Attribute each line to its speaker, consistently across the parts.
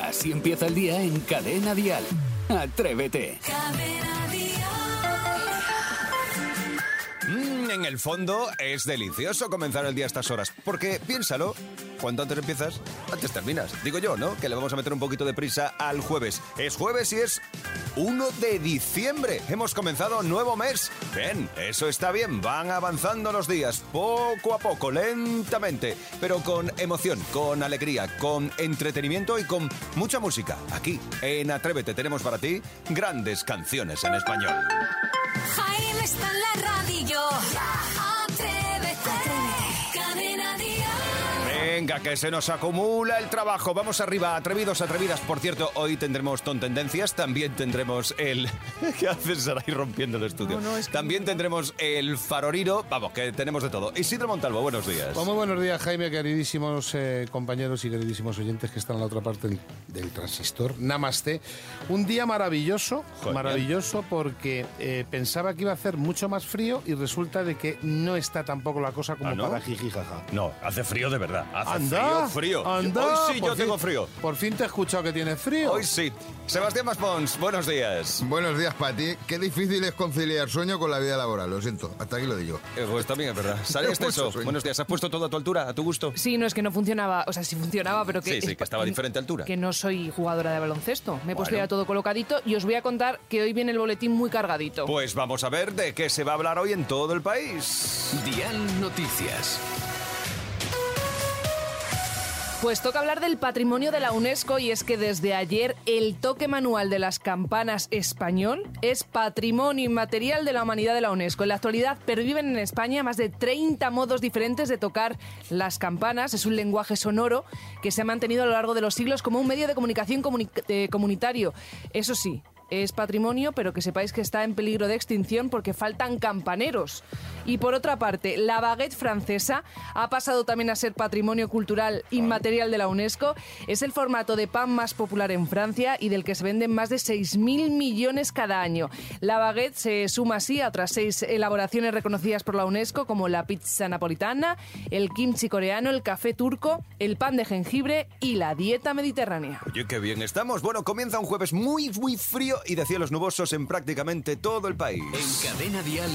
Speaker 1: Así empieza el día en Cadena Dial. Atrévete.
Speaker 2: Mm, en el fondo es delicioso comenzar el día a estas horas, porque piénsalo, cuanto antes empiezas, antes terminas. Digo yo, ¿no? Que le vamos a meter un poquito de prisa al jueves. Es jueves y es 1 de diciembre. Hemos comenzado nuevo mes. Bien, eso está bien. Van avanzando los días, poco a poco, lentamente, pero con emoción, con alegría, con entretenimiento y con mucha música. Aquí, en Atrévete, tenemos para ti grandes canciones en español.
Speaker 3: Jaime está en la radio. Atrévete. Cadena Dial.
Speaker 2: Venga, que se nos acumula el trabajo. Vamos arriba, atrevidos, atrevidas. Por cierto, hoy tendremos ton tendencias. También tendremos el. ¿Qué haces, Saray, rompiendo el estudio?
Speaker 4: No, no, es que-
Speaker 2: también tendremos el faroriro. Vamos, que tenemos de todo. Isidro Montalvo, buenos días.
Speaker 4: Pues muy buenos días, Jaime, queridísimos eh, compañeros y queridísimos oyentes que están en la otra parte del, del transistor. Namaste. Un día maravilloso,
Speaker 2: Genial.
Speaker 4: maravilloso porque eh, pensaba que iba a hacer mucho más frío y resulta de que no está tampoco la cosa como
Speaker 2: ¿Ah, no?
Speaker 4: para jiji jaja.
Speaker 2: No, hace frío de verdad. Hace
Speaker 4: Anda,
Speaker 2: frío, frío.
Speaker 4: anda,
Speaker 2: Hoy sí
Speaker 4: por
Speaker 2: yo
Speaker 4: fin-
Speaker 2: tengo frío.
Speaker 4: Por fin te he escuchado que tienes frío.
Speaker 2: Hoy sí. Sebastián Maspons, buenos días.
Speaker 5: Buenos días, Pati. Qué difícil es conciliar sueño con la vida laboral, lo siento. Hasta aquí lo digo.
Speaker 2: Eh, pues también es verdad. Saray
Speaker 5: Mucho
Speaker 2: Esteso,
Speaker 5: sueño.
Speaker 2: buenos días. ¿Has puesto todo a tu altura, a tu gusto?
Speaker 6: Sí, no es que no funcionaba, o sea, sí funcionaba, pero que.
Speaker 2: Sí, sí, que estaba a diferente altura.
Speaker 6: Que no soy jugadora de baloncesto. Me he puesto
Speaker 2: Bueno.
Speaker 6: ya todo colocadito y os voy a contar que hoy viene el boletín muy cargadito.
Speaker 2: Pues vamos a ver de qué se va a hablar hoy en todo el país.
Speaker 1: Dial Noticias.
Speaker 6: Pues toca hablar del patrimonio de la UNESCO y es que desde ayer el toque manual de las campanas español es patrimonio inmaterial de la humanidad de la UNESCO. En la actualidad perviven en España más de 30 modos diferentes de tocar las campanas. Es un lenguaje sonoro que se ha mantenido a lo largo de los siglos como un medio de comunicación comuni- eh, comunitario. Eso sí, es patrimonio, pero que sepáis que está en peligro de extinción porque faltan campaneros. Y por otra parte, la baguette francesa ha pasado también a ser patrimonio cultural inmaterial de la UNESCO. Es el formato de pan más popular en Francia y del que se venden más de 6.000 millones cada año. La baguette se suma así a otras seis elaboraciones reconocidas por la UNESCO, como la pizza napolitana, el kimchi coreano, el café turco, el pan de jengibre y la dieta mediterránea.
Speaker 2: Oye, qué bien estamos. Bueno, comienza un jueves muy, muy frío y de cielos nubosos en prácticamente todo el país.
Speaker 1: En Cadena Dial,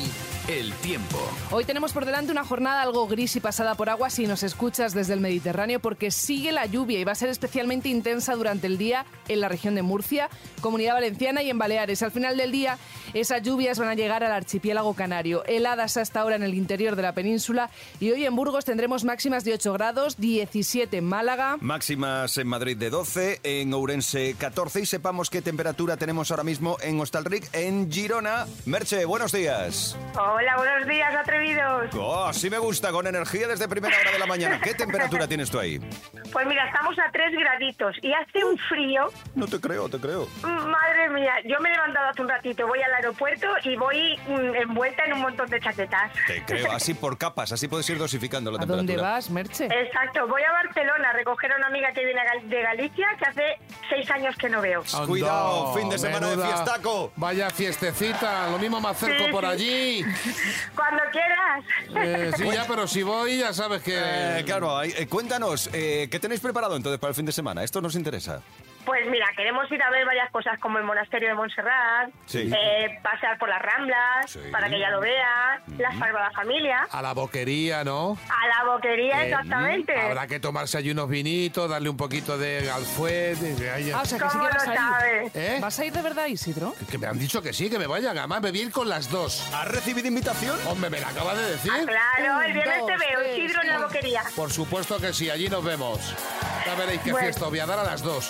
Speaker 1: el tiempo.
Speaker 6: Hoy tenemos por delante una jornada algo gris y pasada por agua si nos escuchas desde el Mediterráneo porque sigue la lluvia y va a ser especialmente intensa durante el día en la región de Murcia, Comunidad Valenciana y en Baleares. Al final del día esas lluvias van a llegar al archipiélago canario. Heladas hasta ahora en el interior de la península y hoy en Burgos tendremos máximas de 8 grados, 17 en Málaga.
Speaker 2: Máximas en Madrid de 12, en Ourense 14 y sepamos qué temperatura tenemos ahora mismo en Hostalric, en Girona. Merche, buenos días.
Speaker 7: Hola, buenos días, atrevidos.
Speaker 2: Oh, sí me gusta, con energía desde primera hora de la mañana. ¿Qué temperatura tienes tú ahí?
Speaker 7: Pues mira, estamos a 3 graditos y hace un frío.
Speaker 2: No te creo, te creo.
Speaker 7: Mm, Madre mía, yo me he levantado hace un ratito, voy al aeropuerto y voy mm, envuelta en un montón de chaquetas.
Speaker 2: Te creo, así por capas, así puedes ir dosificando la
Speaker 6: ¿A
Speaker 2: temperatura.
Speaker 6: dónde vas, Merche?
Speaker 7: Exacto, voy a Barcelona a recoger a una amiga que viene a Gal- de Galicia que hace seis años que no veo.
Speaker 4: Anda,
Speaker 2: Cuidado, fin de semana de fiestaco.
Speaker 4: Vaya fiestecita, lo mismo me acerco
Speaker 7: Sí,
Speaker 4: por
Speaker 7: sí.
Speaker 4: allí.
Speaker 7: Cuando quieras.
Speaker 4: Eh, sí, ya, pero si voy, ya sabes que.
Speaker 2: Eh, claro, ahí- eh, cuéntanos, eh, ¿qué tenéis preparado entonces para el fin de semana? Esto nos interesa.
Speaker 7: Pues mira, queremos ir a ver varias cosas como el monasterio de Montserrat,
Speaker 2: Sí.
Speaker 7: eh, pasear por las Ramblas
Speaker 2: Sí.
Speaker 7: para que ella lo vea, la Farba de la Familia,
Speaker 4: A la boquería, ¿no?
Speaker 7: a la boquería
Speaker 4: Eh,
Speaker 7: exactamente.
Speaker 4: Habrá que tomarse allí unos vinitos, darle un poquito de alfuete. de- ay,
Speaker 6: Ah, o sea que sí
Speaker 7: ¿Cómo
Speaker 6: que
Speaker 7: lo
Speaker 6: vas a ir.
Speaker 7: sabes?
Speaker 4: ¿Eh?
Speaker 6: ¿Vas a ir de verdad, Isidro?
Speaker 4: Que me han dicho que sí, que me vayan. Además, me voy a ir con las dos.
Speaker 2: ¿Has recibido invitación?
Speaker 4: Hombre, me la acabas de decir.
Speaker 7: Ah, Claro, el viernes te
Speaker 6: dos,
Speaker 7: veo,
Speaker 6: tres,
Speaker 7: Isidro en la
Speaker 6: cuatro.
Speaker 7: boquería.
Speaker 4: Por supuesto que sí, allí nos vemos. Ya veréis qué
Speaker 7: Bueno.
Speaker 4: fiesta, os voy a dar a las dos.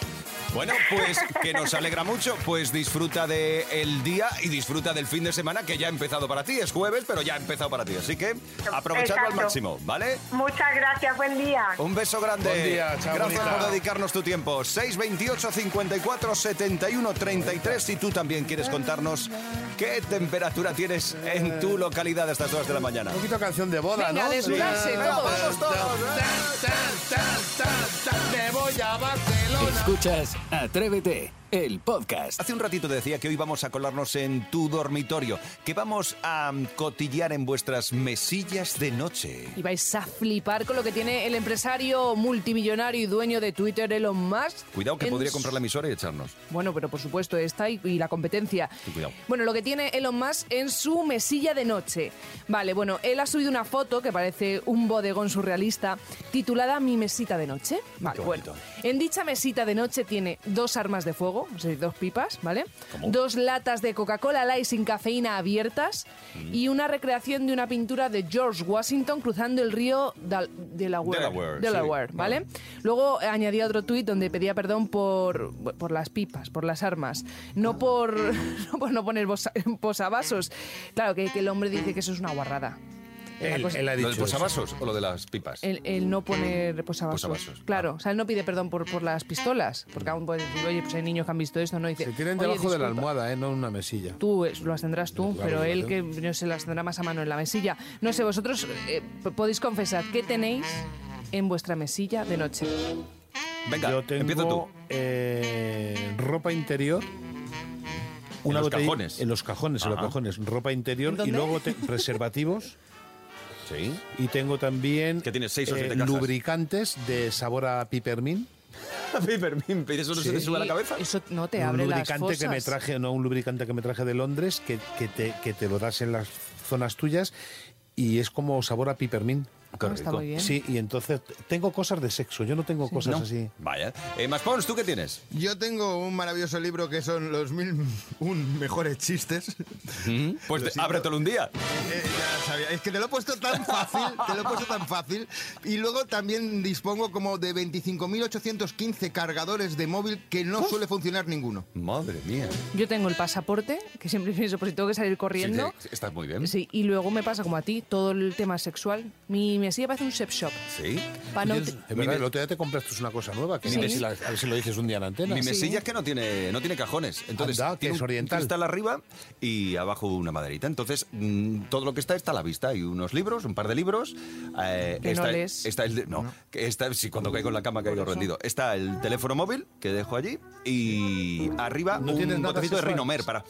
Speaker 2: Bueno, pues que nos alegra mucho, pues disfruta del día y disfruta del fin de semana que ya ha empezado para ti. Es jueves, pero ya ha empezado para ti. Así que aprovechadlo al
Speaker 7: Exacto.
Speaker 2: máximo, ¿vale?
Speaker 7: Muchas gracias, buen día.
Speaker 2: Un beso grande.
Speaker 4: Buen día, chao,
Speaker 2: Gracias
Speaker 4: bonita.
Speaker 2: por dedicarnos tu tiempo. 628 54 71 33. Si tú también quieres contarnos qué temperatura tienes en tu localidad a estas horas de la mañana.
Speaker 4: Un poquito canción de boda,
Speaker 6: Venga,
Speaker 4: ¿no?
Speaker 6: desnudarse,
Speaker 4: Sí.
Speaker 6: todos.
Speaker 2: Vamos todos, ¿eh?
Speaker 4: Tan, tan, tan, tan, tan, Me voy a Barcelona.
Speaker 1: Escuchas Atrévete, el podcast.
Speaker 2: Hace un ratito te decía que hoy vamos a colarnos en tu dormitorio, que vamos a mm, cotillear en vuestras mesillas de noche.
Speaker 6: Y vais a flipar con lo que tiene el empresario multimillonario y dueño de Twitter, Elon Musk.
Speaker 2: Cuidado que
Speaker 6: en
Speaker 2: podría
Speaker 6: su-
Speaker 2: comprar la emisora y echarnos.
Speaker 6: Bueno, pero por supuesto esta y, y la competencia.
Speaker 2: Sí, cuidado.
Speaker 6: Bueno, lo que tiene Elon Musk en su mesilla de noche. Vale, bueno, él ha subido una foto que parece un bodegón surrealista titulada Mi mesita de noche. Vale,
Speaker 2: Qué bonito.
Speaker 6: bueno. En dicha mesita de noche tiene dos armas de fuego, o sea, dos pipas, ¿vale?
Speaker 2: ¿Cómo?
Speaker 6: Dos latas de Coca-Cola Light sin cafeína abiertas
Speaker 2: Mm.
Speaker 6: y una recreación de una pintura de George Washington cruzando el río Dal- Delaware.
Speaker 2: Delaware, sí.
Speaker 6: ¿vale? Luego eh, añadía otro tuit donde pedía perdón por, por las pipas, por las armas, no por no, por no poner bosa- posavasos. Claro, que, que el hombre dice que eso es una guarrada. La
Speaker 4: Él,
Speaker 6: cosa-
Speaker 4: él ha
Speaker 2: ¿Lo
Speaker 4: dicho
Speaker 2: del
Speaker 4: eso.
Speaker 2: posavasos o lo de las pipas?
Speaker 6: el, el no poner
Speaker 4: Mm,
Speaker 6: posavasos.
Speaker 4: ah.
Speaker 2: Posavasos,
Speaker 6: Claro, o sea, él no pide perdón por, por las pistolas, porque aún puede decir, oye, pues hay niños que han visto esto, ¿no? Dice,
Speaker 4: Se tienen
Speaker 6: "Oye,
Speaker 4: debajo de la
Speaker 6: disculpa".
Speaker 4: almohada, ¿eh? no en una mesilla.
Speaker 6: Tú eh, las tendrás tú,
Speaker 4: Claro,
Speaker 6: pero él
Speaker 4: claro.
Speaker 6: que no se las tendrá más a mano en la mesilla. No sé, vosotros eh, p- podéis confesar, ¿qué tenéis en vuestra mesilla de noche?
Speaker 2: Venga,
Speaker 4: Yo tengo
Speaker 2: empieza tú.
Speaker 4: eh, ropa interior.
Speaker 2: los
Speaker 4: botella-
Speaker 2: cajones.
Speaker 4: En los cajones, en los
Speaker 2: Ajá.
Speaker 4: cajones. Ropa interior
Speaker 6: ¿En dónde?
Speaker 4: y luego te- preservativos.
Speaker 2: Sí.
Speaker 4: Y tengo también eh,
Speaker 2: Que tienes seis o siete cajas.
Speaker 4: lubricantes de sabor a pipermín.
Speaker 2: Pipermin, pero eso no se te sube a la cabeza.
Speaker 6: Eso no te
Speaker 4: un
Speaker 6: abre las
Speaker 4: lubricante
Speaker 6: fosas. Ah,
Speaker 4: que me traje, no, un lubricante que me traje de Londres que, que te, que te lo das en las zonas tuyas y es como sabor a pipermín.
Speaker 2: Qué
Speaker 6: Ah, está
Speaker 2: rico.
Speaker 6: muy bien.
Speaker 4: Sí, y entonces tengo cosas de sexo, yo no tengo cosas
Speaker 2: ¿No?
Speaker 4: así.
Speaker 2: Vaya. Eh, Más Pons, ¿tú qué tienes?
Speaker 5: Yo tengo un maravilloso libro que son los mil un mejores chistes.
Speaker 2: Pues
Speaker 5: Lo
Speaker 2: te-
Speaker 5: siento.
Speaker 2: ábretelo un día.
Speaker 5: Eh, ya sabía. Es que te lo he puesto tan fácil, te lo he puesto tan fácil. Y luego también dispongo como de 25.815 cargadores de móvil que no suele funcionar ninguno.
Speaker 2: Madre mía.
Speaker 6: Yo tengo el pasaporte, que siempre pienso, por si tengo que salir corriendo.
Speaker 2: Sí, te- estás muy bien.
Speaker 6: Sí, y luego me pasa como a ti, todo el tema sexual. Mi mesilla parece un sex shop.
Speaker 2: Sí.
Speaker 6: Pa' no te-
Speaker 4: Es verdad, el otro día te compraste una cosa nueva, que
Speaker 6: Sí.
Speaker 4: a, ver si la- a ver si lo dices un día en la antena.
Speaker 2: Mi mesilla es que no tiene, no tiene cajones. Entonces,
Speaker 4: Anda, que
Speaker 2: tiene
Speaker 4: es
Speaker 2: un
Speaker 4: oriental.
Speaker 2: cristal arriba y abajo una maderita. Entonces, mm, todo lo que está está a la vista. Hay unos libros, un par de libros. eh,
Speaker 6: Que no
Speaker 2: está,
Speaker 6: lees.
Speaker 2: está el de- no, que está- sí, cuando caigo en la cama caigo rendido. Está el teléfono móvil que dejo allí y arriba
Speaker 4: No tienes
Speaker 2: un
Speaker 4: nada
Speaker 2: botecito de
Speaker 4: sexual.
Speaker 2: rinomer para.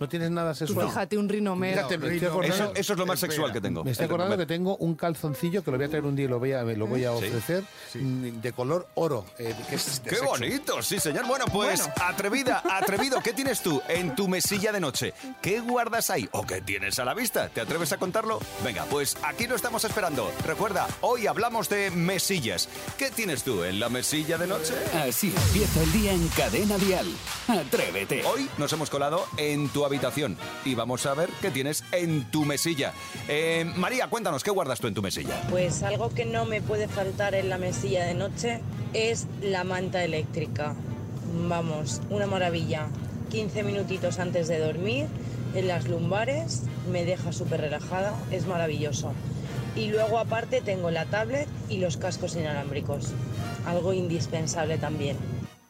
Speaker 4: No tienes nada
Speaker 6: Tú
Speaker 4: sexual.
Speaker 6: fíjate, un rinomero.
Speaker 4: Fíjate, me estoy
Speaker 5: Rino-
Speaker 4: acordando,
Speaker 2: Eso, eso es lo más
Speaker 5: Espera.
Speaker 2: sexual que tengo.
Speaker 4: me estoy
Speaker 2: el
Speaker 4: acordando que
Speaker 2: Rinomer.
Speaker 4: tengo un calzoncillo que lo voy a traer un día y lo voy a, lo voy a
Speaker 2: Sí.
Speaker 4: ofrecer mm, de color oro. eh, que es de
Speaker 2: ¡Qué
Speaker 4: sexo.
Speaker 2: bonito! Sí, señor. Bueno, pues atrevida, atrevido, ¿qué tienes tú en tu mesilla de noche? ¿Qué guardas ahí o qué tienes a la vista? ¿Te atreves a contarlo? Venga, pues aquí lo estamos esperando. Recuerda, hoy hablamos de mesillas. ¿Qué tienes tú en la mesilla de noche?
Speaker 1: Así empieza el día en cadena dial. Atrévete.
Speaker 2: Hoy nos hemos colado en tu habitación y vamos a ver qué tienes en tu mesilla. Eh, María, cuéntanos, ¿qué guardas tú en tu mesilla?
Speaker 8: Pues algo que no me puede faltar en la mesilla de noche es la manta eléctrica. Vamos, una maravilla. 15 minutitos antes de dormir, en las lumbares, me deja súper relajada, es maravilloso. Y luego aparte tengo la tablet y los cascos inalámbricos, algo indispensable también.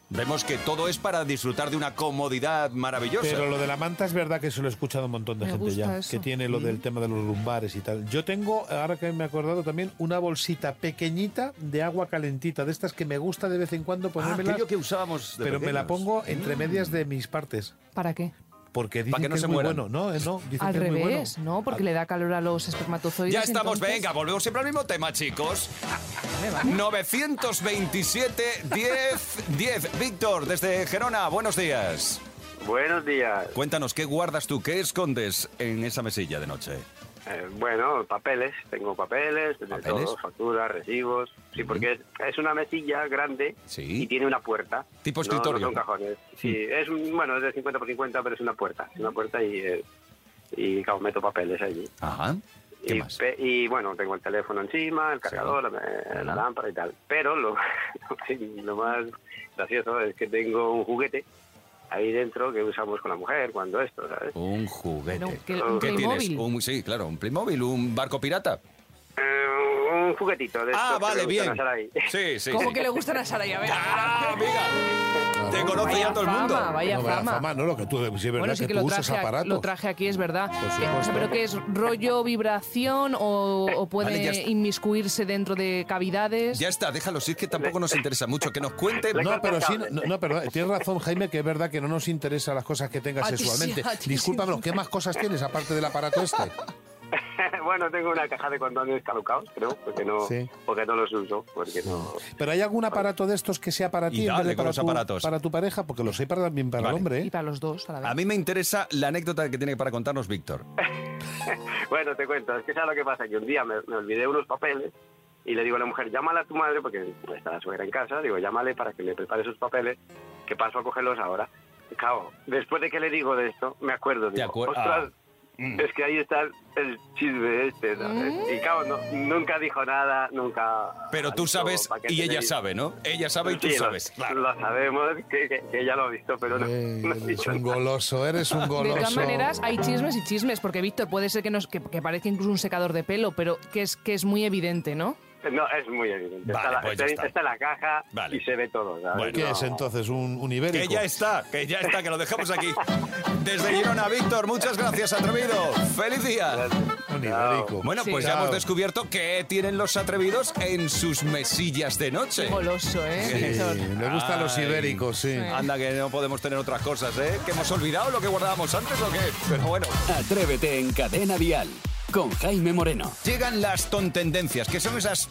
Speaker 2: Vemos que todo es para disfrutar de una comodidad maravillosa.
Speaker 4: Pero lo de la manta es verdad que se lo he escuchado a un montón de
Speaker 6: Me
Speaker 4: gente
Speaker 6: gusta
Speaker 4: ya,
Speaker 6: eso.
Speaker 4: que tiene lo del tema de los lumbares y tal. Yo tengo, ahora que me he acordado también, una bolsita pequeñita de agua calentita, de estas que me gusta de vez en cuando ponérmela,
Speaker 2: aquello Ah, que usábamos de
Speaker 4: pero me la
Speaker 2: pequeños. Mm.
Speaker 4: pongo entre medias de mis partes,
Speaker 6: ¿Para qué?
Speaker 4: porque dicen
Speaker 2: que no
Speaker 4: es
Speaker 2: se
Speaker 4: muy
Speaker 2: mueran.
Speaker 4: bueno. No, eh, no, dicen
Speaker 6: Al
Speaker 4: que es muy bueno.
Speaker 6: revés, ¿no? Porque le da calor a los espermatozoides.
Speaker 2: Ah. Ya estamos,
Speaker 6: entonces-
Speaker 2: venga, volvemos siempre al mismo tema, chicos. 927 10 10. Víctor, desde Gerona, buenos días.
Speaker 9: Buenos días.
Speaker 2: Cuéntanos, ¿qué guardas tú? ¿Qué escondes en esa mesilla de noche?
Speaker 9: Eh, bueno, papeles. Tengo papeles, de
Speaker 2: ¿Papeles?
Speaker 9: todo, facturas, recibos. Sí, porque es, es una mesilla grande
Speaker 2: Sí.
Speaker 9: y tiene una puerta. No-
Speaker 2: Tipo escritorio.
Speaker 9: No, son cajones. Sí,
Speaker 4: Mm.
Speaker 9: es un- bueno, es de 50 por 50, pero es una puerta. Es una puerta y, eh, y claro, meto papeles allí.
Speaker 2: Ajá. ¿Qué
Speaker 9: y,
Speaker 2: más?
Speaker 9: pe- y, bueno, tengo el teléfono encima, el cargador, eh, la lámpara y tal. Pero lo, lo más gracioso es que tengo un juguete ahí dentro que usamos con la mujer cuando esto, ¿sabes?
Speaker 2: Un juguete.
Speaker 6: No, que-
Speaker 9: un
Speaker 2: ¿Qué tienes?
Speaker 6: Playmobil.
Speaker 2: Un, sí, claro, un Playmobil, un barco pirata.
Speaker 9: Eh, un juguetito de
Speaker 2: ah,
Speaker 9: estos que
Speaker 2: vale,
Speaker 9: le gustan
Speaker 2: bien.
Speaker 9: a Sarai.
Speaker 2: Sí, sí.
Speaker 6: ¿Cómo
Speaker 2: sí.
Speaker 6: que le gustan a Sara y a ver?
Speaker 2: ¡Ah, amiga! Te conoce
Speaker 6: Vaya
Speaker 2: ya todo el
Speaker 6: fama,
Speaker 2: mundo.
Speaker 6: Vaya
Speaker 4: no, vaya
Speaker 6: fama.
Speaker 4: no, lo que tú, sí, es verdad
Speaker 6: Bueno, sí
Speaker 4: que,
Speaker 6: que
Speaker 4: tú
Speaker 6: lo
Speaker 4: usas
Speaker 6: traje, a-
Speaker 4: aparatos. Mm,
Speaker 6: lo traje aquí, es verdad.
Speaker 4: Por
Speaker 6: Eh,
Speaker 4: supuesto.
Speaker 6: pero que es rollo vibración o, o puede
Speaker 2: Vale, ya está.
Speaker 6: inmiscuirse dentro de cavidades.
Speaker 2: Ya está, déjalo, si es que tampoco nos interesa mucho. Que nos cuente.
Speaker 9: Le-
Speaker 4: No, pero sí,
Speaker 9: contestable.
Speaker 4: no, no, pero tienes razón, Jaime, que es verdad que no nos interesan las cosas que tengas
Speaker 6: A ti sí,
Speaker 4: sexualmente.
Speaker 6: a ti sí.
Speaker 4: Discúlpanos, ¿qué más cosas tienes aparte del aparato este?
Speaker 9: bueno, tengo una caja de condones caducados, creo, porque no,
Speaker 4: Sí.
Speaker 9: porque no los uso, porque no...
Speaker 4: ¿Pero hay algún aparato de este? estos que sea para
Speaker 2: Y
Speaker 4: ti en vez
Speaker 2: dale
Speaker 4: de
Speaker 2: con
Speaker 4: para
Speaker 2: los
Speaker 4: tu,
Speaker 2: aparatos.
Speaker 4: para tu pareja? Porque los hay para, también para
Speaker 2: Vale.
Speaker 4: el hombre,
Speaker 6: Y
Speaker 4: ¿eh?
Speaker 6: para los dos a la vez.
Speaker 2: A mí me interesa la anécdota que tiene para contarnos Víctor.
Speaker 9: Bueno, te cuento, es que sabes lo que pasa, que un día me, me olvidé unos papeles y le digo a la mujer, llámala a tu madre, porque está la suegra en casa, digo, llámale para que le prepare sus papeles, que paso a cogerlos ahora. Y, Claro, después de que le digo de esto, me acuerdo,
Speaker 2: Te
Speaker 9: digo,
Speaker 2: acuer-
Speaker 9: ostras,
Speaker 2: ah. Mm.
Speaker 9: es que ahí está el chisme este, ¿sabes?
Speaker 2: ah.
Speaker 9: Y claro, no- nunca dijo nada, nunca...
Speaker 2: Pero tú
Speaker 9: dijo,
Speaker 2: sabes
Speaker 9: "¿Pa' qué
Speaker 2: y ella
Speaker 9: tenéis?".
Speaker 2: sabe, ¿no? Ella sabe y tú
Speaker 9: Sí, lo-
Speaker 2: sabes.
Speaker 9: Lo,
Speaker 2: Claro.
Speaker 9: sabemos, que, que- que ella lo ha visto, pero no,
Speaker 4: Eh,
Speaker 9: no ha
Speaker 4: eres
Speaker 9: dicho
Speaker 4: un
Speaker 9: nada.
Speaker 4: goloso, eres un
Speaker 6: De
Speaker 4: goloso.
Speaker 6: todas maneras, hay chismes y chismes, porque Víctor puede ser que, nos, que, que parezca incluso un secador de pelo, pero que es, que es muy evidente, ¿no?
Speaker 9: No, es muy evidente.
Speaker 2: Vale,
Speaker 9: está, la,
Speaker 2: pues ya
Speaker 9: está-
Speaker 2: está.
Speaker 9: está la caja
Speaker 2: Vale.
Speaker 9: y se ve todo. ¿sabes?
Speaker 2: Bueno.
Speaker 4: ¿Qué
Speaker 9: No.
Speaker 4: es entonces? ¿Un, un ibérico?
Speaker 2: Que ya está, que ya está, que lo dejamos aquí. Desde Girona, Víctor, muchas gracias, atrevido. ¡Feliz día!
Speaker 4: Un ibérico.
Speaker 2: Bueno,
Speaker 6: Sí.
Speaker 2: pues ya
Speaker 4: Claro.
Speaker 2: hemos descubierto que tienen los atrevidos en sus mesillas de noche.
Speaker 6: Goloso, ¿eh?
Speaker 4: Sí,
Speaker 6: Víctor?
Speaker 4: me gustan los
Speaker 2: Ay.
Speaker 4: ibéricos, sí.
Speaker 6: eh.
Speaker 2: Anda, que no podemos tener otras cosas, ¿eh? ¿Que hemos olvidado lo que guardábamos antes o qué? Pero bueno.
Speaker 1: Atrévete en Cadena Dial con Jaime Moreno.
Speaker 2: Llegan las tontendencias, que son esas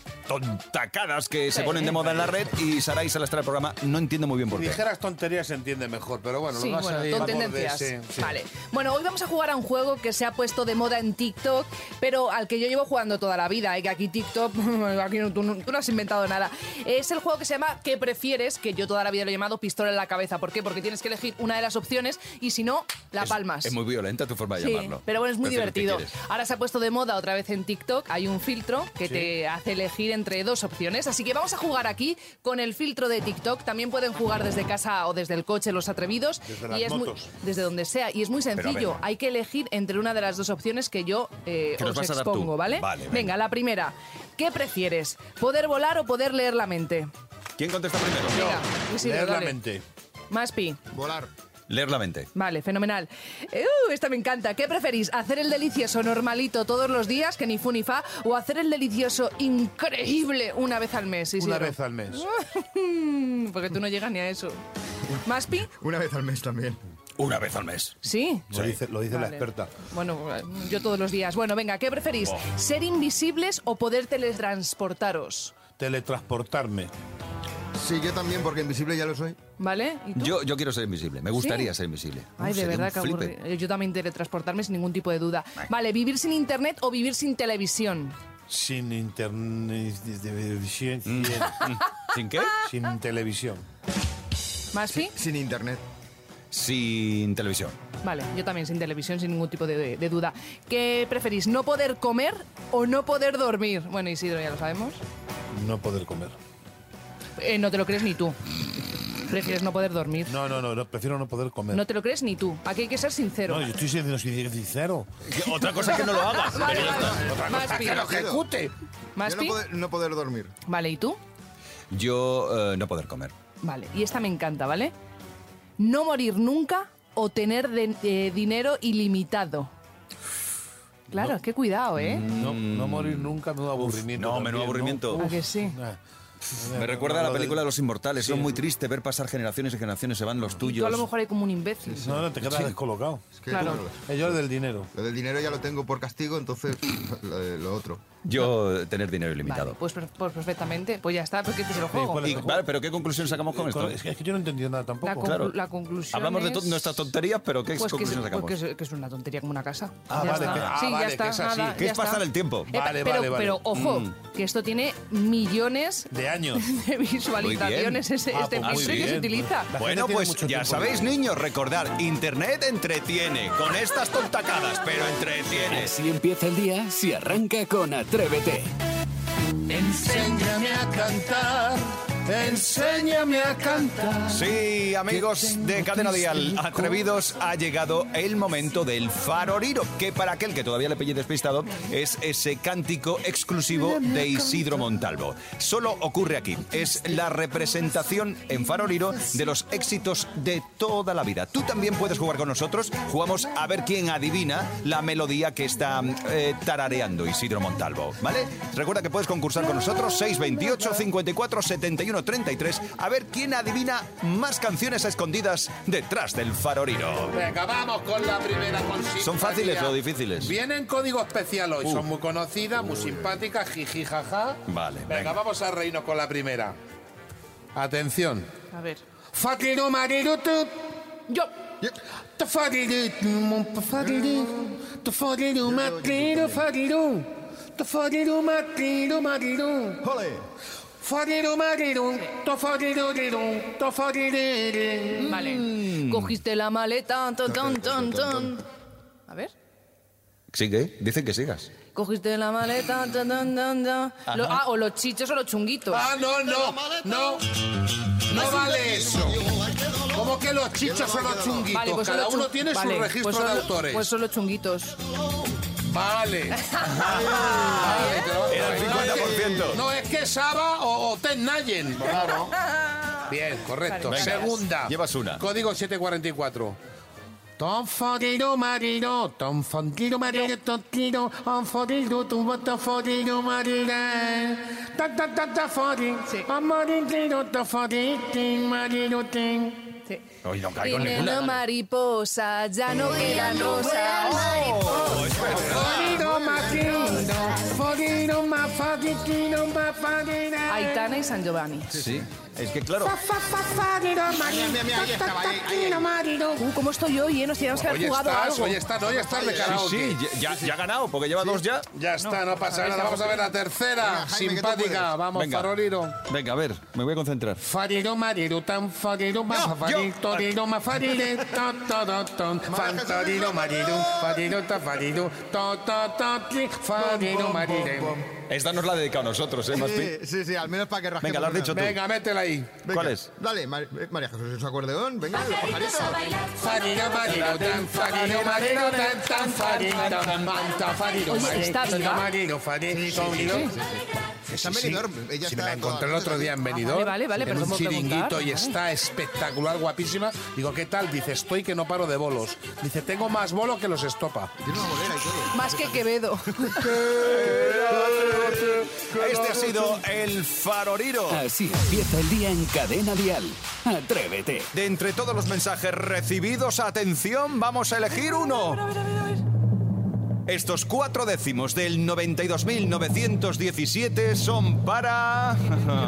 Speaker 2: tontacadas que se ponen de moda en la red y Sarai se las trae al programa. No entiendo muy bien por
Speaker 4: Si
Speaker 2: qué.
Speaker 4: dijeras tonterías se entiende mejor, pero bueno,
Speaker 6: Sí,
Speaker 4: lo vas a ir
Speaker 6: bueno,
Speaker 4: por
Speaker 6: con tendencias.
Speaker 4: de ese- sí.
Speaker 6: Vale. Bueno, hoy vamos a jugar a un juego que se ha puesto de moda en TikTok, pero al que yo llevo jugando toda la vida. ¿eh? Que aquí TikTok, aquí no, tú, no- tú no has inventado nada. Es el juego que se llama ¿Qué prefieres? Que yo toda la vida lo he llamado pistola en la cabeza. ¿Por qué? Porque tienes que elegir una de las opciones y si no, la
Speaker 2: Es-
Speaker 6: palmas.
Speaker 2: Es, muy violenta tu forma de
Speaker 6: Sí,
Speaker 2: llamarlo.
Speaker 6: Pero bueno, es muy
Speaker 2: Prefiero el que
Speaker 6: divertido.
Speaker 2: quieres.
Speaker 6: Ahora se ha puesto de moda otra vez en TikTok. Hay un filtro que te hace elegir entre dos opciones. Así que vamos a jugar aquí con el filtro de TikTok. También pueden jugar desde casa o desde el coche los atrevidos.
Speaker 4: Desde las
Speaker 6: es muy-
Speaker 4: motos.
Speaker 6: desde donde sea. Y es muy
Speaker 2: a ver.
Speaker 6: sencillo. Hay que elegir entre una de las dos opciones que yo eh,
Speaker 2: Que nos
Speaker 6: os
Speaker 2: vas a dar tú.
Speaker 6: expongo, ¿vale?
Speaker 2: Vale,
Speaker 6: venga.
Speaker 2: venga.
Speaker 6: la primera. ¿Qué prefieres? ¿Poder volar o poder leer la mente?
Speaker 2: ¿Quién contesta primero?
Speaker 6: Venga, Isidro,
Speaker 4: Leer la
Speaker 6: dale.
Speaker 4: mente.
Speaker 6: Más pi.
Speaker 5: Volar.
Speaker 2: Leer la mente.
Speaker 6: Vale, fenomenal. Eh, Uh, esta me encanta. ¿Qué preferís? ¿Hacer el delicioso normalito todos los días, que ni fu ni fa, o hacer el delicioso increíble una vez al mes?
Speaker 4: Una
Speaker 6: Isidro?
Speaker 4: vez al mes.
Speaker 6: Porque tú no llegas ni a eso. ¿Maspi?
Speaker 5: Una vez al mes también.
Speaker 2: Una vez al mes.
Speaker 6: Sí.
Speaker 4: Lo dice, lo dice la
Speaker 6: Vale.
Speaker 4: experta.
Speaker 6: Bueno, yo todos los días. Bueno, venga, ¿qué preferís? ¿Ser invisibles o poder teletransportaros?
Speaker 4: Teletransportarme.
Speaker 5: Sí, yo también, porque invisible ya lo soy.
Speaker 6: ¿Vale? ¿Y tú?
Speaker 2: Yo, yo quiero ser invisible. Me gustaría
Speaker 6: ¿Sí?
Speaker 2: ser invisible.
Speaker 6: Ay,
Speaker 2: Uh,
Speaker 6: de
Speaker 2: sería un
Speaker 6: verdad que
Speaker 2: flipe.
Speaker 6: aburrido. Yo también teletransportarme sin ningún tipo de duda. Vale, ¿vivir sin internet o vivir sin televisión?
Speaker 4: Sin internet. Sin,
Speaker 2: Mm. ¿Sin qué?
Speaker 4: sin televisión.
Speaker 6: ¿Maspi?
Speaker 5: Sin internet.
Speaker 2: Sin televisión.
Speaker 6: Vale, yo también sin televisión, sin ningún tipo de, de- de duda. ¿Qué preferís, no poder comer o no poder dormir? Bueno, Isidro, ya lo sabemos.
Speaker 4: No poder comer.
Speaker 6: Eh, no te lo crees ni tú. Prefieres no poder dormir.
Speaker 4: No, no, no, no, prefiero no poder comer.
Speaker 6: No te lo crees ni tú. Aquí hay que ser sincero.
Speaker 4: No, yo estoy siendo sincero.
Speaker 2: Que Otra cosa es que no lo hagas.
Speaker 6: Vale,
Speaker 2: pero ya
Speaker 6: vale.
Speaker 2: está.
Speaker 6: Más pi.
Speaker 4: ¡Ejecute!
Speaker 6: Más
Speaker 5: Yo no
Speaker 6: pi.
Speaker 5: poder, no poder dormir.
Speaker 6: Vale, ¿y tú?
Speaker 2: Yo eh, no poder comer.
Speaker 6: Vale, y esta me encanta, ¿vale? No morir nunca o tener de- eh, dinero ilimitado. Claro, qué cuidado, ¿eh?
Speaker 4: No, no morir nunca, menudo aburrimiento.
Speaker 2: no,
Speaker 4: también,
Speaker 2: menudo aburrimiento.
Speaker 6: ¿A que sí?
Speaker 4: Ah,
Speaker 2: Me recuerda a la
Speaker 4: lo de-
Speaker 2: película de los inmortales. Es muy triste ver pasar generaciones y generaciones. Se van los tuyos.
Speaker 6: Tú a lo mejor hay como un imbécil.
Speaker 4: No, no, te quedas descolocado.
Speaker 5: Es que
Speaker 6: Claro.
Speaker 5: bueno,
Speaker 4: Ellos del dinero.
Speaker 5: lo del dinero ya lo tengo por castigo, entonces lo, de- lo otro.
Speaker 2: Yo eh, tener dinero ilimitado.
Speaker 6: Vale, pues, per- pues perfectamente. Pues ya está, porque este es el
Speaker 4: Sí,
Speaker 6: juego.
Speaker 4: ¿cuál
Speaker 2: Y, vale, pero ¿qué conclusión sacamos Eh, con esto?
Speaker 4: Es que, es que yo no he entendido nada tampoco.
Speaker 6: La, conclu-
Speaker 2: Claro.
Speaker 6: la conclusión
Speaker 2: Hablamos de
Speaker 6: es-
Speaker 2: to- nuestras tonterías, pero ¿qué
Speaker 6: pues que es,
Speaker 2: conclusión
Speaker 6: pues
Speaker 2: sacamos?
Speaker 6: que, es, que es una tontería como una casa.
Speaker 4: Ah, vale,
Speaker 6: está.
Speaker 4: que- ah,
Speaker 6: sí, ya
Speaker 4: vale,
Speaker 6: está.
Speaker 4: que es así.
Speaker 6: nada,
Speaker 2: Que
Speaker 6: ya
Speaker 2: es pasar
Speaker 6: está.
Speaker 2: el tiempo.
Speaker 6: Eh,
Speaker 4: Vale,
Speaker 6: pero,
Speaker 4: vale, vale.
Speaker 6: pero ojo, que esto tiene millones
Speaker 4: De años.
Speaker 6: de visualizaciones. Ese-
Speaker 4: Ah,
Speaker 6: este
Speaker 4: pues muy
Speaker 6: filtro que se
Speaker 4: bien.
Speaker 6: utiliza.
Speaker 4: La
Speaker 2: bueno,
Speaker 4: gente tiene
Speaker 2: pues
Speaker 4: mucho
Speaker 2: ya
Speaker 4: tiempo
Speaker 2: sabéis,
Speaker 4: libre.
Speaker 2: niños, recordar, Internet entretiene con estas tontacadas, pero entretiene.
Speaker 1: Así empieza el día si arranca con Atrévete.
Speaker 4: Enséñame a cantar Enséñame a cantar.
Speaker 2: Sí, amigos de Cadena Dial, atrevidos, ha llegado el momento del faroriro, que para aquel que todavía le pille despistado, es ese cántico exclusivo de Isidro Montalvo. Solo ocurre aquí, es la representación en faroriro de los éxitos de toda la vida. Tú también puedes jugar con nosotros, jugamos a ver quién adivina la melodía que está eh, tarareando Isidro Montalvo, ¿vale? Recuerda que puedes concursar con nosotros 628 54 71 33 a ver quién adivina más canciones a escondidas detrás del faroriro.
Speaker 10: Venga, vamos con la primera consigna.
Speaker 2: ¿Son fáciles o difíciles?
Speaker 10: Vienen código especial hoy,
Speaker 2: Uh.
Speaker 10: son muy conocidas, muy simpáticas, jiji, jaja.
Speaker 2: Vale,
Speaker 10: Venga,
Speaker 2: venga.
Speaker 10: vamos a reírnos con la primera. Atención. oh,
Speaker 6: A ver.
Speaker 10: Fatiru marirutu.
Speaker 6: Yo.
Speaker 10: Tafariru, tum, tafariru. Tafariru, matriru, fariru. Tafariru, matriru, mariru. Fariru, mariru. Tafariru, riru. Tafariru,
Speaker 6: Vale. Cogiste la maleta, ton, ton, ton, ton. A ver.
Speaker 2: Sigue, dicen que sigas.
Speaker 6: Cogiste la maleta, ton, ton, ton, ton. Lo- ah, o los chichos o los chunguitos.
Speaker 10: Ah, no, no, no. No vale eso. ¿Cómo que los chichos son los chunguitos?
Speaker 6: Vale, pues son
Speaker 10: Cada
Speaker 6: los chun-
Speaker 10: uno tiene
Speaker 6: vale,
Speaker 10: su registro
Speaker 6: pues son
Speaker 10: de
Speaker 6: los-
Speaker 10: autores.
Speaker 6: Pues son los chunguitos.
Speaker 10: Vale. Vale, te lo-
Speaker 2: Era el
Speaker 10: no es que-
Speaker 2: 50%.
Speaker 10: No es que Saba o, o Ted Nayen. Claro. Bien, correcto.
Speaker 2: Vale, venga.
Speaker 10: Segunda.
Speaker 2: Llevas una.
Speaker 10: Código 744. Tom forero marino, tom forero marino, tom tiro, tom forero, tom voto forero marina. Ta ta ta ta fori,
Speaker 6: Sí.
Speaker 10: amarintero, to foritin, marirutin.
Speaker 6: Sí.
Speaker 2: Hoy no caigo en
Speaker 6: Veneno
Speaker 2: ninguna.
Speaker 6: mariposa, ya no quedan rosas.
Speaker 10: Forero marino, forero ma forero ma forero.
Speaker 6: Aitana y San Giovanni.
Speaker 2: Sí, es que claro.
Speaker 5: Mira, mira, mira, ahí estaba, ahí, ahí, ahí.
Speaker 6: Uh, ¿cómo estoy hoy, eh? Nos teníamos que
Speaker 10: Hoy
Speaker 6: haber jugado
Speaker 10: estás,
Speaker 6: algo.
Speaker 10: hoy estás, no, hoy estás de
Speaker 2: Sí,
Speaker 10: karaoke.
Speaker 2: sí, ya- ya, ya ha ganado, porque lleva dos ya.
Speaker 10: Ya está, no, pasa nada. Vamos a ver la tercera.
Speaker 5: Venga, Jaime, que tú
Speaker 10: Simpática.
Speaker 5: puedes.
Speaker 10: Vamos,
Speaker 2: Venga.
Speaker 10: faroliro.
Speaker 2: Venga, a ver, me voy a concentrar.
Speaker 10: Farero, marero, tan farero, ma,
Speaker 2: No,
Speaker 10: farero,
Speaker 2: yo-
Speaker 10: torero, ma, farero, ta, ta, ta, ton, fan, torero, marero, farero, ta, farero, ta, ta, ta, ti, farero, marero.
Speaker 2: Esta nos la ha dedicado a nosotros, ¿eh, Maspi?
Speaker 5: Sí, sí, sí, al menos para que rajemos.
Speaker 2: Venga, lo has
Speaker 5: una.
Speaker 2: dicho tú.
Speaker 10: Venga, métela ahí.
Speaker 5: Venga,
Speaker 2: ¿Cuál es?
Speaker 5: Dale, Mar- eh, María Jesús, su acordeón. Venga, los
Speaker 3: Pajaritos
Speaker 5: pajaritos.
Speaker 3: a bailar.
Speaker 10: Farero, marero, tan farero, marero, tan, tan farero, tan, man, tan farero,
Speaker 6: Oye,
Speaker 10: marero,
Speaker 6: está
Speaker 10: torero,
Speaker 6: viva.
Speaker 10: marero, farero, torero.
Speaker 5: Está en
Speaker 10: Sí,
Speaker 5: Benidorm, ella
Speaker 10: sí,
Speaker 5: está
Speaker 10: me la
Speaker 5: toda-
Speaker 10: encontré el otro día en Benidorm,
Speaker 6: vale, vale, vale,
Speaker 10: en
Speaker 6: pero
Speaker 10: un
Speaker 6: ¿cómo
Speaker 10: chiringuito
Speaker 6: preguntar?
Speaker 10: y está espectacular, guapísima. Digo, ¿qué tal? Dice, estoy que no paro de bolos. Dice, tengo más bolos que los estopa.
Speaker 5: Tiene una bolera y todo.
Speaker 6: Más que Quevedo.
Speaker 2: Este ha sido el faroriro.
Speaker 1: Así empieza el día en Cadena Dial. Atrévete.
Speaker 2: De entre todos los mensajes recibidos, atención, vamos a elegir uno. Estos cuatro décimos del 92.917 son para...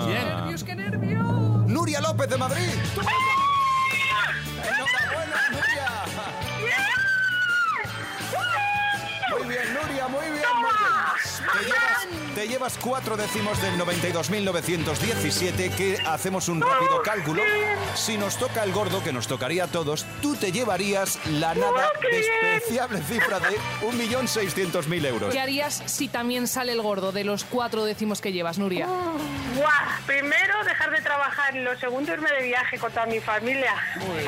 Speaker 6: Nervios, qué nervios.
Speaker 2: Nuria López de Madrid. ¡Enhorabuena, Nuria! Muy bien, Nuria, muy bien, muy bien. Te llevas, te llevas cuatro décimos del 92.917 que hacemos un rápido cálculo. Si nos toca el gordo, que nos tocaría a todos, tú te llevarías la nada despreciable cifra de 1.600.000 euros.
Speaker 6: ¿Qué harías si también sale el gordo de los cuatro décimos que llevas, Nuria?
Speaker 7: Guau, primero dejar de trabajar, lo segundo irme de viaje con toda mi familia.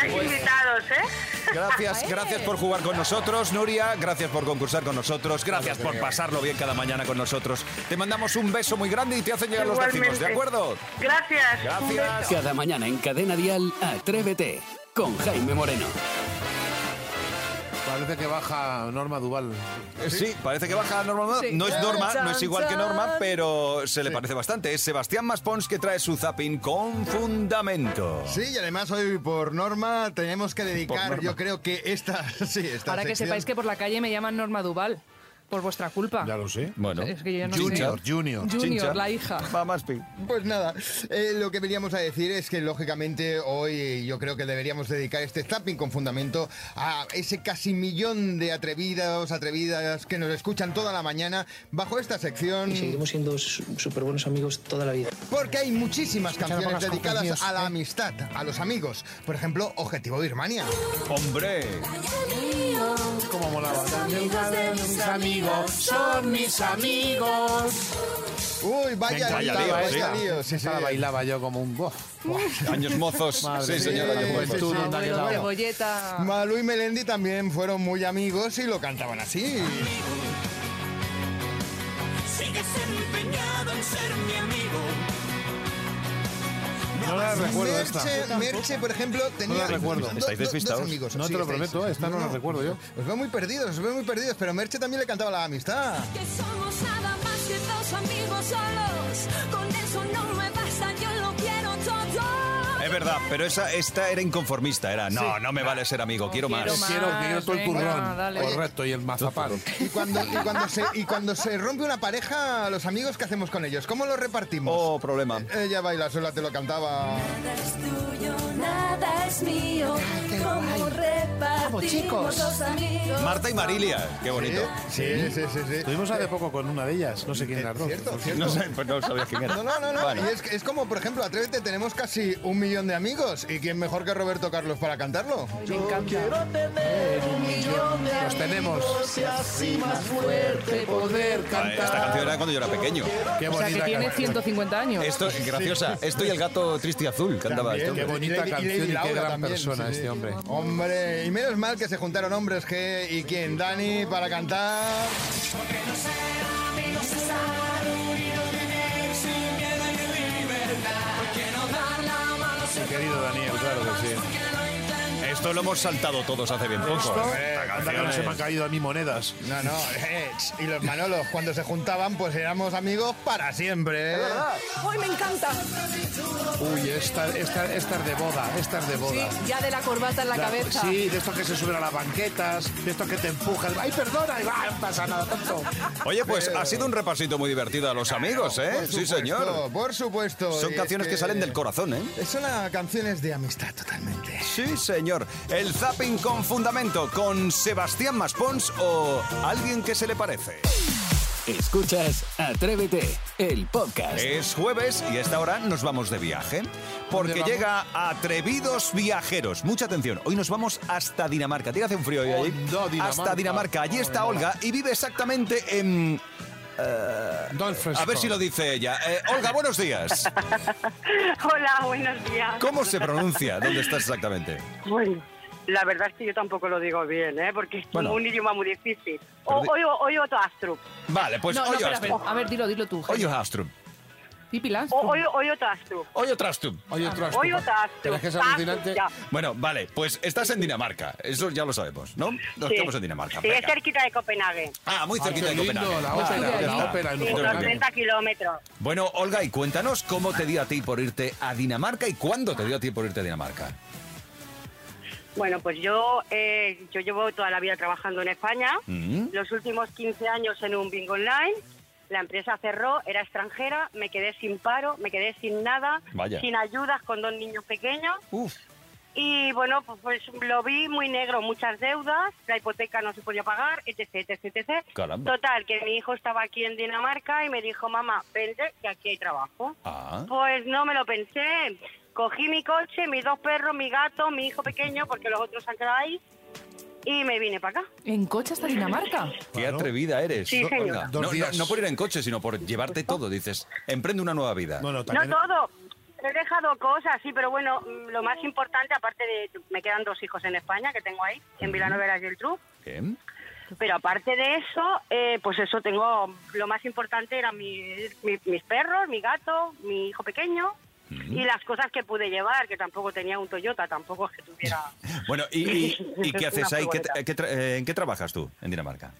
Speaker 7: Hay invitados, ¿eh?
Speaker 2: Gracias, gracias por jugar con nosotros, Nuria. Gracias por concursar con nosotros. Gracias por pasarlo bien cada mañana con nosotros. Te mandamos un beso muy grande y te hacen llegar los décimos, ¿de
Speaker 7: Igualmente.
Speaker 2: acuerdo?
Speaker 7: Gracias.
Speaker 2: Gracias.
Speaker 1: Cada mañana en Cadena Dial, Atrévete con Jaime Moreno.
Speaker 10: Parece que baja Norma Duval.
Speaker 2: Sí, parece que baja Norma.
Speaker 6: Sí.
Speaker 2: No es Norma, no es igual que Norma,
Speaker 6: Chan,
Speaker 2: pero se le parece bastante. Es Sebastián Maspons que trae su zapping con fundamento.
Speaker 5: Sí, y además hoy por norma tenemos que dedicar, yo creo que esta. Sí, esta
Speaker 6: Para que
Speaker 5: sección-
Speaker 6: sepáis que por la calle me llaman Norma Duval. Por vuestra culpa.
Speaker 4: Ya lo sé.
Speaker 2: Bueno,
Speaker 6: Es que yo ya no
Speaker 2: Junior,
Speaker 6: sé.
Speaker 10: Junior.
Speaker 6: Junior,
Speaker 2: Chincha.
Speaker 6: la hija. Ah,
Speaker 2: Va, Maspi.
Speaker 5: Pues nada, eh, lo que veníamos a decir es que lógicamente hoy yo creo que deberíamos dedicar este zapping con fundamento a ese casi millón de atrevidos, atrevidas que nos escuchan toda la mañana bajo esta sección.
Speaker 11: siendo súper buenos amigos toda la vida.
Speaker 5: Porque hay muchísimas canciones
Speaker 11: pocas
Speaker 5: dedicadas
Speaker 11: canciones,
Speaker 5: a la amistad, a los amigos. Por ejemplo, Objetivo Birmania.
Speaker 2: Hombre,
Speaker 10: Como molaba. Mis amigos son mis amigos.
Speaker 5: Uy, vaya
Speaker 4: Me
Speaker 5: lío,
Speaker 4: encantaba
Speaker 5: vaya
Speaker 4: esta.
Speaker 5: lío, sí,
Speaker 4: Esta
Speaker 5: sí.
Speaker 4: la bailaba yo como un... bof.
Speaker 2: Años mozos.
Speaker 4: Madre
Speaker 2: sí,
Speaker 4: mía,
Speaker 2: señor,
Speaker 5: pues
Speaker 2: años mozos.
Speaker 4: juventud, anda que la-
Speaker 6: Cebolleta.
Speaker 5: Malú y Melendi también fueron muy amigos y lo cantaban así.
Speaker 3: Sigues empeñado en ser mi amigo.
Speaker 4: No la recuerdo esta.
Speaker 5: Merche, Merche, por ejemplo, tenía
Speaker 4: la recuerdo.
Speaker 5: do-
Speaker 4: Estáis
Speaker 5: do-
Speaker 4: despistados.
Speaker 5: dos amigos.
Speaker 4: No te lo prometo, esta no la recuerdo yo.
Speaker 5: Os veo muy perdidos, os veo muy perdidos, pero Merche también le cantaba la amistad.
Speaker 3: Que somos nada más que dos amigos solos. Con eso no me basta, yo lo quiero todo.
Speaker 2: Es verdad, pero esa, esta era inconformista. Era, no, no me vale ser amigo, quiero más.
Speaker 4: Quiero, quiero todo el
Speaker 6: venga,
Speaker 4: turrón.
Speaker 6: dale.
Speaker 4: Correcto, y el mazapán.
Speaker 5: Y cuando, y, cuando se, y cuando se rompe una pareja, los amigos, ¿qué hacemos con ellos? ¿Cómo los repartimos?
Speaker 2: Oh, problema.
Speaker 5: Ella baila sola, te lo cantaba.
Speaker 3: Nada es tuyo, nada es mío. Como repartimos
Speaker 4: chicos.
Speaker 3: los amigos.
Speaker 2: Marta y Marilia, qué bonito.
Speaker 5: Sí, sí, sí, sí.
Speaker 4: Estuvimos hace poco con una de ellas, no sé
Speaker 10: Eh,
Speaker 4: quién de las dos.
Speaker 5: Cierto, cierto.
Speaker 2: No sé, pues no sabía quién era.
Speaker 5: No, no, no, no.
Speaker 2: Vale.
Speaker 5: Y es, que- es como, por ejemplo, Atrévete, tenemos casi un millón de amigos. ¿Y quién mejor que Roberto Carlos para cantarlo?
Speaker 6: Me encanta.
Speaker 4: Los tenemos.
Speaker 2: Vale, Esta canción era cuando yo era pequeño.
Speaker 4: Qué
Speaker 6: O sea, que
Speaker 4: bonita
Speaker 6: tiene
Speaker 4: canción.
Speaker 6: 150 años.
Speaker 2: Esto, graciosa. Esto y el gato triste y azul cantaba
Speaker 5: También,
Speaker 2: esto.
Speaker 4: Qué bonita
Speaker 5: Y Lady- y
Speaker 4: canción
Speaker 5: Lady
Speaker 4: y qué
Speaker 5: Laura
Speaker 4: gran
Speaker 5: también,
Speaker 4: persona
Speaker 5: sí, sí.
Speaker 4: este hombre.
Speaker 5: Hombre, y menos mal que se juntaron hombres que y quien Dani para cantar.
Speaker 4: Mi querido Daniel, claro que sí.
Speaker 2: Esto lo hemos saltado todos hace bien poco. ¿eh?
Speaker 5: eh,
Speaker 2: Esta
Speaker 4: Anda que
Speaker 2: canción
Speaker 4: no se me han
Speaker 2: es-
Speaker 4: caído a mí monedas.
Speaker 5: No, no, eh, y los Manolos cuando se juntaban pues éramos amigos para siempre. ¿eh?
Speaker 6: ¡Ay, me encanta!
Speaker 4: Uy, esta, esta, esta es de boda, esta es de
Speaker 6: Sí,
Speaker 4: boda.
Speaker 6: ya de la corbata en la
Speaker 4: Claro,
Speaker 6: cabeza.
Speaker 4: Sí, de estos que se suben a las banquetas, de estos que te empujan. ¡Ay, perdona! Y va, no pasa nada, tonto.
Speaker 2: Oye, pues ha sido un repasito muy divertido a los
Speaker 4: Pues,
Speaker 2: amigos, ¿eh?
Speaker 5: Eh,
Speaker 2: Sí,
Speaker 5: Por supuesto,
Speaker 2: señor.
Speaker 5: Por supuesto.
Speaker 2: Son
Speaker 5: Y
Speaker 2: canciones
Speaker 5: es
Speaker 2: que salen del corazón, ¿eh?
Speaker 5: Son las canciones de amistad totalmente.
Speaker 2: Sí, señor. El zapping con fundamento, con Sebastián Maspons o alguien que se le parece.
Speaker 1: Escuchas Atrévete, el podcast.
Speaker 2: Es jueves y a esta hora nos vamos de viaje. Porque
Speaker 4: ¿Dónde
Speaker 2: llega Atrevidos Viajeros. Mucha atención, hoy nos vamos hasta Dinamarca. Te hace un frío hoy allí.
Speaker 4: Onda, Dinamarca.
Speaker 2: Hasta Dinamarca. Allí
Speaker 4: Oh,
Speaker 2: está
Speaker 4: me
Speaker 2: Olga y vive exactamente en. eh,
Speaker 4: Don Fresco.
Speaker 2: A ver si lo dice ella. Eh, Olga, buenos días.
Speaker 7: Hola, buenos días.
Speaker 2: ¿Cómo se pronuncia? ¿Dónde estás exactamente?
Speaker 7: Bueno, la verdad es que yo tampoco lo digo bien, ¿eh? porque es
Speaker 2: Bueno.
Speaker 7: un idioma muy difícil.
Speaker 2: Pero
Speaker 7: O,
Speaker 2: di-
Speaker 7: oigo, oigo otro Astrup.
Speaker 2: Vale, pues
Speaker 6: no, no,
Speaker 2: oye,
Speaker 6: espera, espera.
Speaker 2: Astrup.
Speaker 6: A ver, dilo, dilo tú.
Speaker 2: Oye, Astrup.
Speaker 6: Pipi Landström.
Speaker 7: O, oigo, oigo otro Astrup.
Speaker 2: Oye, Trastup.
Speaker 4: Oye, otro asco.
Speaker 7: Oigo otro Astrup.
Speaker 4: Pero es que es
Speaker 7: Astrup,
Speaker 4: alucinante.
Speaker 7: ya.
Speaker 2: Bueno, vale, pues estás en Dinamarca. Eso ya lo sabemos, ¿no? Nos
Speaker 7: Sí.
Speaker 2: quedamos en Dinamarca.
Speaker 7: Sí,
Speaker 2: venga.
Speaker 7: es cerquita de Copenhague.
Speaker 2: Ah, muy
Speaker 4: Ah,
Speaker 2: cerquita
Speaker 4: qué
Speaker 2: de
Speaker 4: lindo,
Speaker 2: Copenhague.
Speaker 4: la
Speaker 2: Ah,
Speaker 4: ópera,
Speaker 2: ya
Speaker 4: la
Speaker 2: está.
Speaker 4: ópera en
Speaker 7: Sí,
Speaker 2: Entonces,
Speaker 7: son
Speaker 2: bien.
Speaker 7: 30 kilómetros.
Speaker 2: Bueno, Olga, y cuéntanos cómo te dio a ti por irte a Dinamarca y cuándo te dio a ti por irte a Dinamarca.
Speaker 7: Bueno, pues yo, eh, yo llevo toda la vida trabajando en España.
Speaker 2: Mm.
Speaker 7: Los últimos 15 años en un bingo online. La empresa cerró, era extranjera, me quedé sin paro, me quedé sin nada,
Speaker 2: Vaya.
Speaker 7: sin ayudas con dos niños pequeños.
Speaker 2: Uf.
Speaker 7: Y bueno, pues, pues lo vi muy negro, muchas deudas, la hipoteca no se podía pagar, etc, etc, etc.
Speaker 2: Caramba.
Speaker 7: Total, que mi hijo estaba aquí en Dinamarca y me dijo, mamá, vente, que aquí hay trabajo.
Speaker 2: Ah.
Speaker 7: Pues no me lo pensé. Cogí mi coche, mis dos perros, mi gato, mi hijo pequeño, porque los otros han quedado ahí, y me vine para acá.
Speaker 6: ¿En coche hasta Dinamarca?
Speaker 2: Qué atrevida eres.
Speaker 7: Sí,
Speaker 2: No,
Speaker 7: señor.
Speaker 2: Olga,
Speaker 4: Dos
Speaker 2: no, no,
Speaker 4: días.
Speaker 2: no por ir en coche, sino por llevarte todo. Dices, emprende una nueva vida.
Speaker 4: No, no,
Speaker 7: No
Speaker 4: también.
Speaker 7: todo. He dejado cosas, sí, pero bueno, mm, lo más importante, aparte de... Me quedan dos hijos en España que tengo ahí, en Villanueva y el Truf.
Speaker 2: Bien.
Speaker 7: Pero aparte de eso, eh, pues eso tengo, lo más importante eran mi- mi- mis perros, mi gato, mi hijo pequeño y las cosas que pude llevar, que tampoco tenía un Toyota, tampoco es que tuviera...
Speaker 2: Bueno, ¿y, y- y qué haces
Speaker 7: Una
Speaker 2: ahí? ¿Qué tra-
Speaker 7: furgoneta.
Speaker 2: qué tra- eh, ¿En qué trabajas tú en Dinamarca?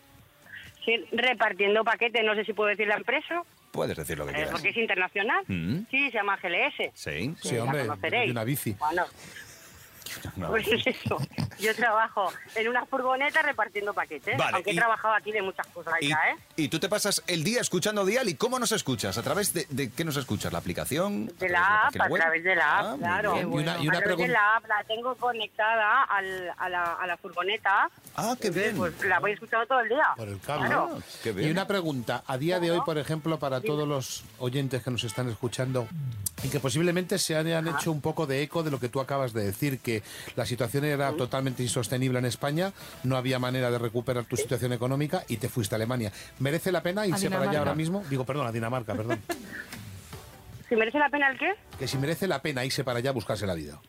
Speaker 7: Sí, repartiendo paquetes, no sé si puedo decir la empresa,
Speaker 2: Puedes decir lo que
Speaker 7: eh,
Speaker 2: quieras.
Speaker 7: porque es internacional.
Speaker 2: Mm.
Speaker 7: Sí, se llama GLS.
Speaker 2: Sí.
Speaker 4: Sí,
Speaker 7: que la
Speaker 4: hombre,
Speaker 7: conoceréis.
Speaker 4: y una bici.
Speaker 7: Bueno,
Speaker 2: No.
Speaker 7: pues eso, yo trabajo en una furgoneta repartiendo paquetes,
Speaker 2: Vale,
Speaker 7: aunque
Speaker 2: y-
Speaker 7: he trabajado aquí de muchas cosas
Speaker 2: Y,
Speaker 7: ya, ¿eh?
Speaker 2: y tú te pasas el día escuchando Dial y ¿cómo nos escuchas? ¿A través de, de qué nos escuchas? ¿La aplicación?
Speaker 7: De
Speaker 2: ¿A través
Speaker 7: la app,
Speaker 2: página
Speaker 7: a
Speaker 2: web?
Speaker 7: través de la app,
Speaker 2: Ah, muy
Speaker 7: claro.
Speaker 2: bien.
Speaker 4: Y una- y
Speaker 7: a través de
Speaker 4: pregunta-
Speaker 7: la app la tengo conectada al, a, la, a la furgoneta.
Speaker 2: Ah, qué
Speaker 7: Entonces,
Speaker 2: bien.
Speaker 7: Pues la voy escuchando todo el día.
Speaker 4: Por el cable.
Speaker 7: Claro.
Speaker 2: Ah, qué bien.
Speaker 4: Y una pregunta, a día de hoy, por ejemplo, para todos los oyentes que nos están escuchando y que posiblemente se hayan hecho un poco de eco de lo que tú acabas de decir, que
Speaker 10: La situación era totalmente insostenible en España, no había manera de recuperar tu situación económica y te fuiste a Alemania. ¿Merece la pena irse para allá
Speaker 7: Dinamarca.
Speaker 10: ahora mismo? Digo, perdón, a Dinamarca, perdón.
Speaker 7: ¿Si merece la pena el qué?
Speaker 10: que si merece la pena irse para allá a buscarse la vida.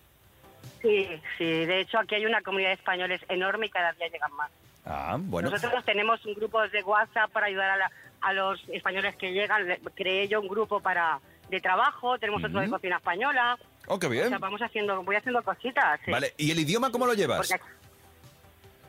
Speaker 7: Sí, sí. De hecho, aquí hay una comunidad de españoles enorme y cada día llegan más.
Speaker 2: Ah, bueno.
Speaker 7: Nosotros tenemos un grupo de WhatsApp para ayudar a, la- a los españoles que llegan. Le- Creé yo un grupo para de trabajo, tenemos otro de
Speaker 2: Ujú.
Speaker 7: cocina española.
Speaker 2: Oh, qué bien.
Speaker 7: O sea, vamos haciendo, voy haciendo cositas. sí.
Speaker 2: Vale, ¿y el idioma cómo lo llevas?
Speaker 7: Porque-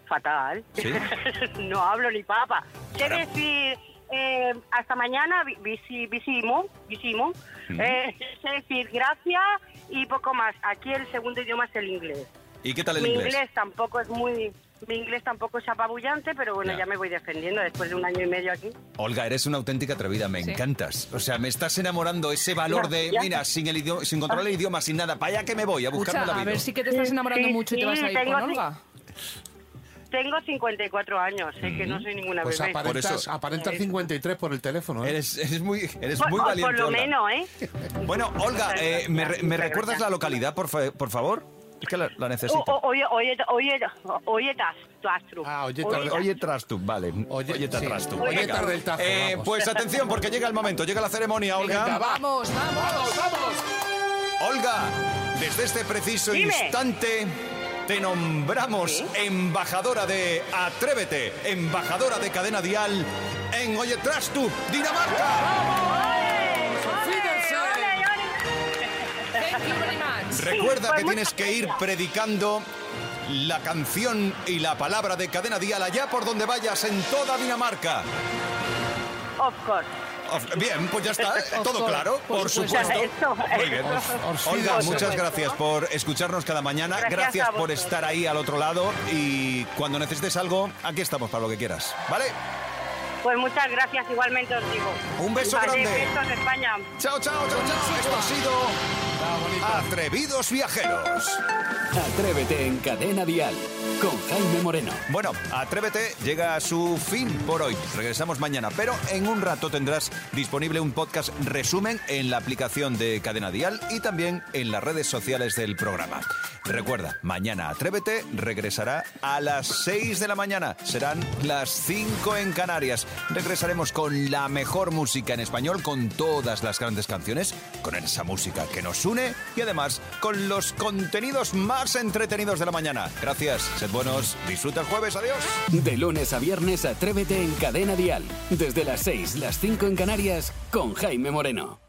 Speaker 7: Fatal.
Speaker 2: ¿Sí?
Speaker 7: no hablo ni papa. Sé
Speaker 2: Claro.
Speaker 7: decir eh, hasta mañana, vi- visi- visimo, visimo.
Speaker 2: Mm.
Speaker 7: Eh, sé decir gracias y poco más. Aquí el segundo idioma es el inglés.
Speaker 2: ¿Y qué tal el
Speaker 7: mi
Speaker 2: inglés?
Speaker 7: tampoco es muy... Mi inglés tampoco es apabullante, pero bueno,
Speaker 2: Ya.
Speaker 7: ya. me voy defendiendo después de un año y medio aquí.
Speaker 2: Olga, eres una auténtica atrevida, me
Speaker 7: Sí.
Speaker 2: encantas. O sea, me estás enamorando ese valor de,
Speaker 7: Gracias.
Speaker 2: mira, sin, el idioma, sin controlar el idioma, sin nada, para allá que me voy a buscarme
Speaker 6: Escucha,
Speaker 2: la vida.
Speaker 6: a ver si que te estás enamorando
Speaker 7: Sí,
Speaker 6: mucho y te
Speaker 7: sí,
Speaker 6: vas a ir
Speaker 7: tengo
Speaker 6: con
Speaker 7: ci-
Speaker 6: Olga.
Speaker 7: Tengo 54 años, sé que no soy ninguna
Speaker 10: Pues
Speaker 7: bebé.
Speaker 10: aparentas, aparentas 53 por el teléfono. ¿eh?
Speaker 2: Eres, muy, eres
Speaker 7: Por- por lo menos, ¿eh?
Speaker 2: Bueno, Olga, eh, ¿me, re- me recuerdas la localidad, por, fa- por favor? Es que la,
Speaker 7: Oh,
Speaker 2: la necesito.
Speaker 7: O- o- Oye, oye, oye, oye, tas- Tuastru.
Speaker 2: Oye,
Speaker 7: Oye,
Speaker 2: tras tú, vale. Oye,
Speaker 10: sí.
Speaker 2: tras tú.
Speaker 10: Oye,
Speaker 2: Venga.
Speaker 10: tarde el tazo,
Speaker 2: Eh,
Speaker 10: vamos.
Speaker 2: pues atención, porque llega el momento, llega la ceremonia, Olga.
Speaker 10: Venga, va.
Speaker 6: Vamos, vamos, vamos.
Speaker 2: Olga, desde este preciso
Speaker 6: Dime.
Speaker 2: instante te nombramos embajadora de Atrévete, embajadora de Cadena Dial en Oye Trastu, Dinamarca.
Speaker 6: Thank you very much.
Speaker 2: Recuerda que tienes que ir predicando la canción y la palabra de Cadena Dial allá por donde vayas en toda Dinamarca.
Speaker 7: Of course.
Speaker 2: Of- Bien, pues ya está,
Speaker 7: Of
Speaker 2: todo
Speaker 7: course,
Speaker 2: claro,
Speaker 7: por
Speaker 2: por
Speaker 7: supuesto.
Speaker 2: supuesto.
Speaker 7: Eso,
Speaker 2: Muy bien.
Speaker 7: eso. Of- of-
Speaker 2: Olga,
Speaker 7: por
Speaker 2: muchas
Speaker 7: supuesto.
Speaker 2: gracias por escucharnos cada mañana,
Speaker 7: Gracias
Speaker 2: gracias,
Speaker 7: a
Speaker 2: por
Speaker 7: vosotros.
Speaker 2: estar ahí al otro lado y cuando necesites algo, aquí estamos para lo que quieras, ¿vale?
Speaker 7: Pues muchas gracias, igualmente os digo.
Speaker 2: Un beso
Speaker 7: Vale,
Speaker 2: grande.
Speaker 7: Besos de España.
Speaker 2: Chao, chao, chao, chao. Esto ha sido Atrevidos Viajeros.
Speaker 1: Atrévete en Cadena Dial con Jaime Moreno.
Speaker 2: Bueno, Atrévete llega a su fin por hoy. Regresamos mañana, pero en un rato tendrás disponible un podcast resumen en la aplicación de Cadena Dial y también en las redes sociales del programa. Recuerda, mañana Atrévete regresará a las 6 de la mañana. Serán las 5 en Canarias. Regresaremos con la mejor música en español, con todas las grandes canciones, con esa música que nos une y además con los contenidos más entretenidos de la mañana. Gracias, sed buenos, disfruta el jueves, adiós.
Speaker 1: De lunes a viernes, atrévete en Cadena Dial. Desde las 6, las 5 en Canarias, con Jaime Moreno.